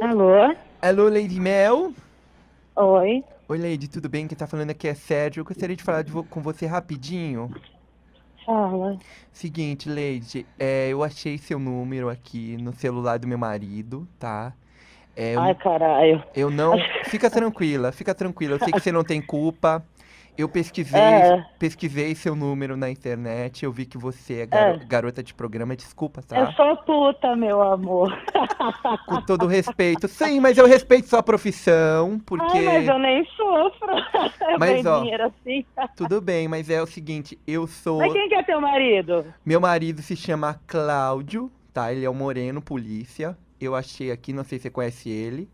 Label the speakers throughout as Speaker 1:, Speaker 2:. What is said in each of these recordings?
Speaker 1: Alô?
Speaker 2: Alô, Lady Mel?
Speaker 1: Oi.
Speaker 2: Oi, Lady, tudo bem? Quem tá falando aqui é Sérgio. Eu gostaria de falar de vo- com você rapidinho.
Speaker 1: Fala.
Speaker 2: Seguinte, Lady, é, eu achei seu número aqui no celular do meu marido, tá? É, eu,
Speaker 1: Ai, caralho.
Speaker 2: eu não. Fica tranquila, fica tranquila. Eu sei que você não tem culpa. Eu pesquisei,
Speaker 1: É,
Speaker 2: pesquisei seu número na internet. Eu vi que você é garo-
Speaker 1: é.
Speaker 2: garota de programa. Desculpa,
Speaker 1: Eu
Speaker 2: tá?
Speaker 1: sou puta, meu amor.
Speaker 2: Com todo respeito. Sim, mas eu respeito sua profissão,
Speaker 1: Ai, mas
Speaker 2: porque.
Speaker 1: eu nem sofro. Eu
Speaker 2: Mas,
Speaker 1: ganho
Speaker 2: ó,
Speaker 1: dinheiro assim.
Speaker 2: tudo bem, mas é o seguinte, eu
Speaker 1: Mas
Speaker 2: sou.
Speaker 1: quem que é teu marido?
Speaker 2: Meu marido se chama Cláudio, tá? Ele é um moreno polícia. Eu achei aqui, não sei se você conhece ele.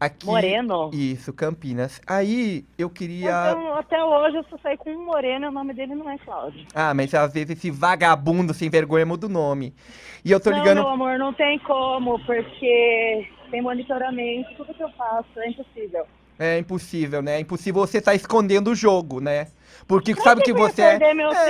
Speaker 2: Aqui,
Speaker 1: Moreno?
Speaker 2: isso, Campinas. Aí eu queria.
Speaker 1: Então, até hoje eu só saí com um moreno e o nome dele não é Cláudio.
Speaker 2: Ah, mas às vezes esse vagabundo sem vergonha muda o nome. E eu tô
Speaker 1: Não, meu
Speaker 2: ligando.
Speaker 1: amor, não tem como, porque tem monitoramento, tudo que eu faço é impossível.
Speaker 2: É impossível, né? É impossível você estar escondendo o jogo, né? Porque
Speaker 1: Pra
Speaker 2: sabe
Speaker 1: que
Speaker 2: que
Speaker 1: que eu ia
Speaker 2: você é.
Speaker 1: perder meu tempo com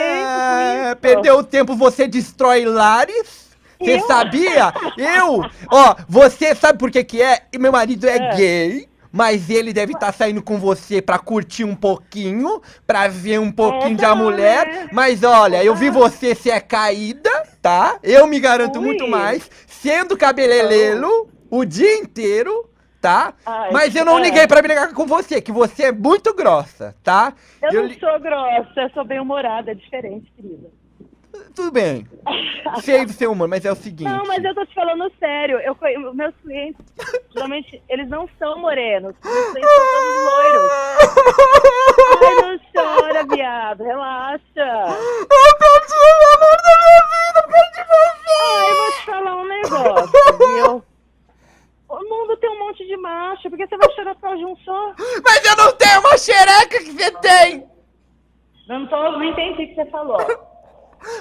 Speaker 2: É,
Speaker 1: isso?
Speaker 2: Perdeu o tempo, você destrói lares. Você
Speaker 1: Eu?
Speaker 2: sabia? Eu? Ó, você sabe por que que é? E Meu marido é
Speaker 1: É.
Speaker 2: gay, mas ele deve estar saindo com você pra curtir um pouquinho, pra ver um
Speaker 1: É,
Speaker 2: pouquinho da
Speaker 1: não,
Speaker 2: mulher.
Speaker 1: né?
Speaker 2: Mas olha, eu vi
Speaker 1: Ah,
Speaker 2: você se é caída, tá? Eu me garanto muito
Speaker 1: ui.
Speaker 2: mais, sendo
Speaker 1: Não.
Speaker 2: cabeleireiro o dia inteiro, tá?
Speaker 1: Ai,
Speaker 2: Mas eu não liguei
Speaker 1: é.
Speaker 2: pra brigar com você, que você é muito grossa, tá?
Speaker 1: Eu
Speaker 2: Eu
Speaker 1: não
Speaker 2: li-
Speaker 1: sou grossa, eu sou bem-humorada, é diferente, querida.
Speaker 2: Tudo bem. Sei do ser humano, mas é o
Speaker 1: Não, mas
Speaker 2: seguinte.
Speaker 1: eu tô te falando sério. Eu, conhe- meus clientes, geralmente, eles não são morenos. Meus clientes são todos loiros. Ai, não chora, viado. Relaxa.
Speaker 2: Eu perdi o amor da minha vida por causa de
Speaker 1: Ai, eu vou te falar um negócio, viu? O mundo tem um monte de macho. Por que você vai chorar por causa de um só?
Speaker 2: você! Mas eu não tenho uma xereca que você tem!
Speaker 1: Eu não, tô, não entendi o que você falou.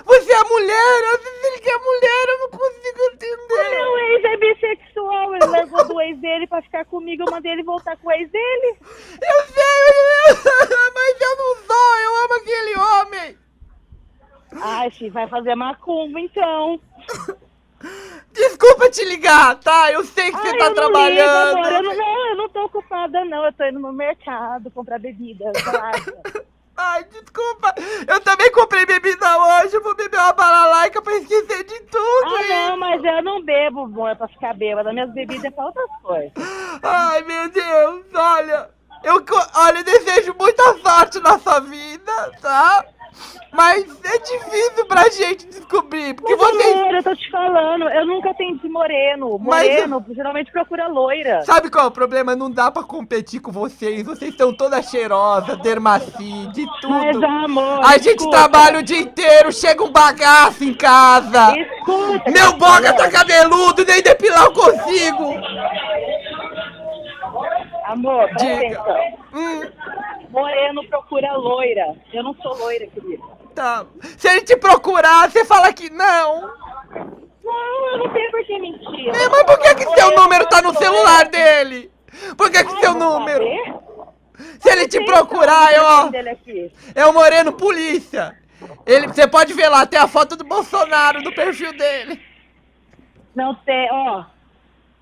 Speaker 2: Você é mulher, eu sei que é mulher, eu não consigo
Speaker 1: O
Speaker 2: entender.
Speaker 1: meu ex é bissexual. Ele largou do ex dele pra ficar comigo. Eu mandei ele voltar com o ex dele.
Speaker 2: Eu sei, eu- mas eu não sou, eu amo aquele homem!
Speaker 1: Ai, filho, vai fazer macumba, então.
Speaker 2: Desculpa te ligar, tá? Eu sei que você
Speaker 1: Ai,
Speaker 2: tá
Speaker 1: eu não ligo, amor. Eu
Speaker 2: trabalhando.
Speaker 1: não, não, eu não tô ocupada, não. Eu tô indo no mercado comprar bebida. Relaxa.
Speaker 2: Ai, desculpa. Eu também comprei bebida hoje. Eu vou beber uma balalaica pra esquecer de tudo
Speaker 1: Ah, não,
Speaker 2: isso.
Speaker 1: mas eu não bebo, amor, pra ficar bêbada. Minhas bebidas é pra outras coisas.
Speaker 2: Ai, meu Deus, olha. Eu, co- olha, eu desejo muita sorte na sua vida, tá? Mas é difícil pra gente descobrir, porque
Speaker 1: Mas,
Speaker 2: vocês.
Speaker 1: amor, eu tô te falando, eu nunca atendi moreno.
Speaker 2: Mas
Speaker 1: Moreno geralmente procura loira.
Speaker 2: sabe qual é o problema? Não dá pra competir com vocês. Vocês estão toda cheirosa, dermacia, de
Speaker 1: Mas,
Speaker 2: tudo.
Speaker 1: amor,
Speaker 2: A gente trabalha o
Speaker 1: escuta.
Speaker 2: dia inteiro, chega um bagaço em casa.
Speaker 1: Escuta, que eu
Speaker 2: Meu
Speaker 1: tô te
Speaker 2: boga tá
Speaker 1: falando.
Speaker 2: cabeludo, nem depilar eu consigo!
Speaker 1: Amor, presta
Speaker 2: Diga.
Speaker 1: atenção.
Speaker 2: Hum,
Speaker 1: Moreno procura loira. Eu não sou loira, querida.
Speaker 2: tá. Se ele te procurar, você fala que não.
Speaker 1: Não, eu não tenho por que mentir. Eu
Speaker 2: É,
Speaker 1: tô
Speaker 2: mas por que
Speaker 1: falando,
Speaker 2: que seu
Speaker 1: moreno
Speaker 2: número
Speaker 1: gosta
Speaker 2: tá no
Speaker 1: de loira.
Speaker 2: celular dele? Por que que
Speaker 1: Ai,
Speaker 2: seu
Speaker 1: vou
Speaker 2: número?
Speaker 1: saber?
Speaker 2: Se
Speaker 1: Eu
Speaker 2: ele
Speaker 1: não
Speaker 2: te
Speaker 1: tenho como
Speaker 2: procurar, é
Speaker 1: telefone
Speaker 2: ó,
Speaker 1: dele aqui.
Speaker 2: é o Moreno Polícia. Ele, você pode ver lá, tem a foto do Bolsonaro no perfil dele.
Speaker 1: Não tem, ó.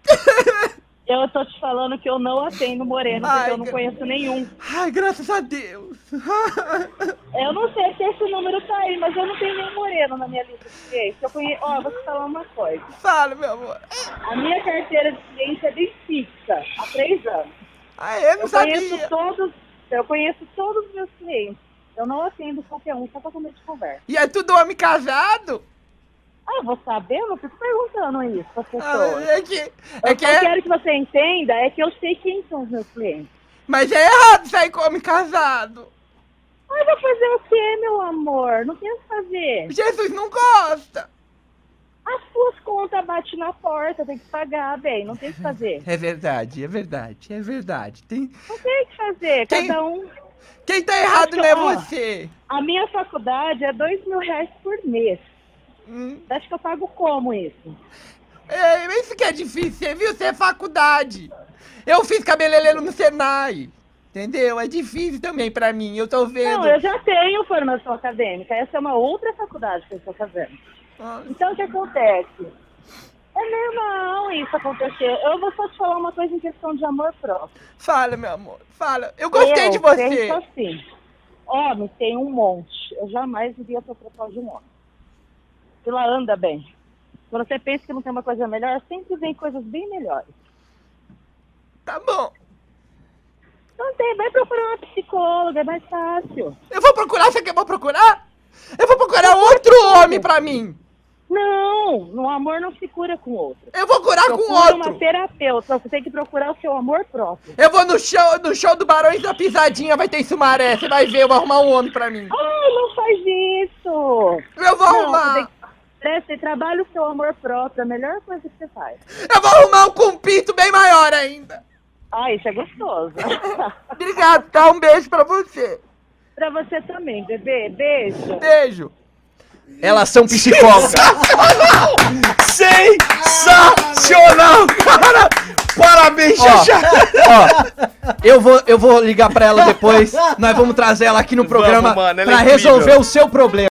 Speaker 1: Eu tô te falando que eu não atendo moreno, porque
Speaker 2: Ai,
Speaker 1: eu não
Speaker 2: gra-
Speaker 1: conheço nenhum.
Speaker 2: Ai, graças a Deus.
Speaker 1: Eu não sei se esse número tá aí, mas eu não tenho nenhum moreno na minha lista de clientes. Eu conheço, ó, vou te falar uma coisa.
Speaker 2: Fala, meu amor.
Speaker 1: A minha carteira de clientes é bem fixa, há três anos.
Speaker 2: Ai, eu não
Speaker 1: Eu conheço
Speaker 2: sabia.
Speaker 1: todos, eu conheço todos os meus clientes. Eu não atendo qualquer um, só pra comer de conversa.
Speaker 2: E é tudo homem casado?
Speaker 1: Ah, eu vou saber, eu não fico perguntando isso pras
Speaker 2: Ah,
Speaker 1: pessoas.
Speaker 2: é que, é
Speaker 1: Eu
Speaker 2: que
Speaker 1: só
Speaker 2: é,
Speaker 1: quero que você entenda é que eu sei quem são os meus clientes.
Speaker 2: mas é errado sair com homem casado.
Speaker 1: Ai, Ah, vou fazer o quê, meu amor? Não tem o que fazer.
Speaker 2: Jesus não gosta.
Speaker 1: As suas contas batem na porta, tem que pagar, bem. Não tem o que fazer.
Speaker 2: É verdade, é verdade, é verdade. Tem,
Speaker 1: Não tem o que fazer.
Speaker 2: tem,
Speaker 1: Cada um.
Speaker 2: quem tá
Speaker 1: Acho
Speaker 2: errado
Speaker 1: que,
Speaker 2: não é
Speaker 1: ó,
Speaker 2: você.
Speaker 1: a minha faculdade é dois mil reais por mês.
Speaker 2: Hum,
Speaker 1: Você acha que eu pago como isso?
Speaker 2: É, isso que é difícil, você viu? Você é faculdade. Eu fiz cabeleireiro no Senai. Entendeu? É difícil também pra mim, eu tô
Speaker 1: Não,
Speaker 2: vendo.
Speaker 1: eu já tenho formação acadêmica. Essa é uma outra faculdade que eu estou fazendo.
Speaker 2: Ah,
Speaker 1: Então, o que acontece? É normal isso acontecer. Eu vou só te falar uma coisa em questão de amor próprio.
Speaker 2: Fala, meu amor. Fala. Eu gostei
Speaker 1: eu
Speaker 2: de você.
Speaker 1: penso assim. Homem tem um monte. Eu jamais iria para propósito de um homem. Ela anda bem. Quando você pensa que não tem uma coisa melhor, sempre vem coisas bem melhores.
Speaker 2: Tá bom.
Speaker 1: Então tem, vai procurar uma psicóloga, é mais fácil.
Speaker 2: Eu vou procurar. Você quer que eu vou procurar? Eu vou procurar outro homem pra mim.
Speaker 1: Não, no amor não se cura com outro.
Speaker 2: Eu vou curar com
Speaker 1: Procura uma
Speaker 2: outro.
Speaker 1: terapeuta, você tem que procurar o seu amor próprio.
Speaker 2: Eu vou no show, no show do Barões da Pisadinha, vai ter em Sumaré. Você vai ver, eu vou arrumar um homem pra mim.
Speaker 1: Ai, Ah, não faz isso!
Speaker 2: Eu vou
Speaker 1: Não,
Speaker 2: arrumar.
Speaker 1: você, tem que- trabalha o seu amor próprio, é a melhor coisa que você faz.
Speaker 2: Eu vou arrumar um com pinto bem maior ainda.
Speaker 1: Ah, isso é gostoso.
Speaker 2: Obrigado, tá? Um beijo pra você.
Speaker 1: pra você também, bebê. Beijo.
Speaker 2: Beijo.
Speaker 3: Elas são psicólogas.
Speaker 4: Sensacional, cara! Parabéns,
Speaker 3: Ó,
Speaker 4: Xaxá!
Speaker 3: ó, eu vou, eu vou ligar pra ela depois. Nós vamos trazer ela aqui no programa
Speaker 4: mano, ela
Speaker 3: pra
Speaker 4: é incrível.
Speaker 3: resolver o seu problema.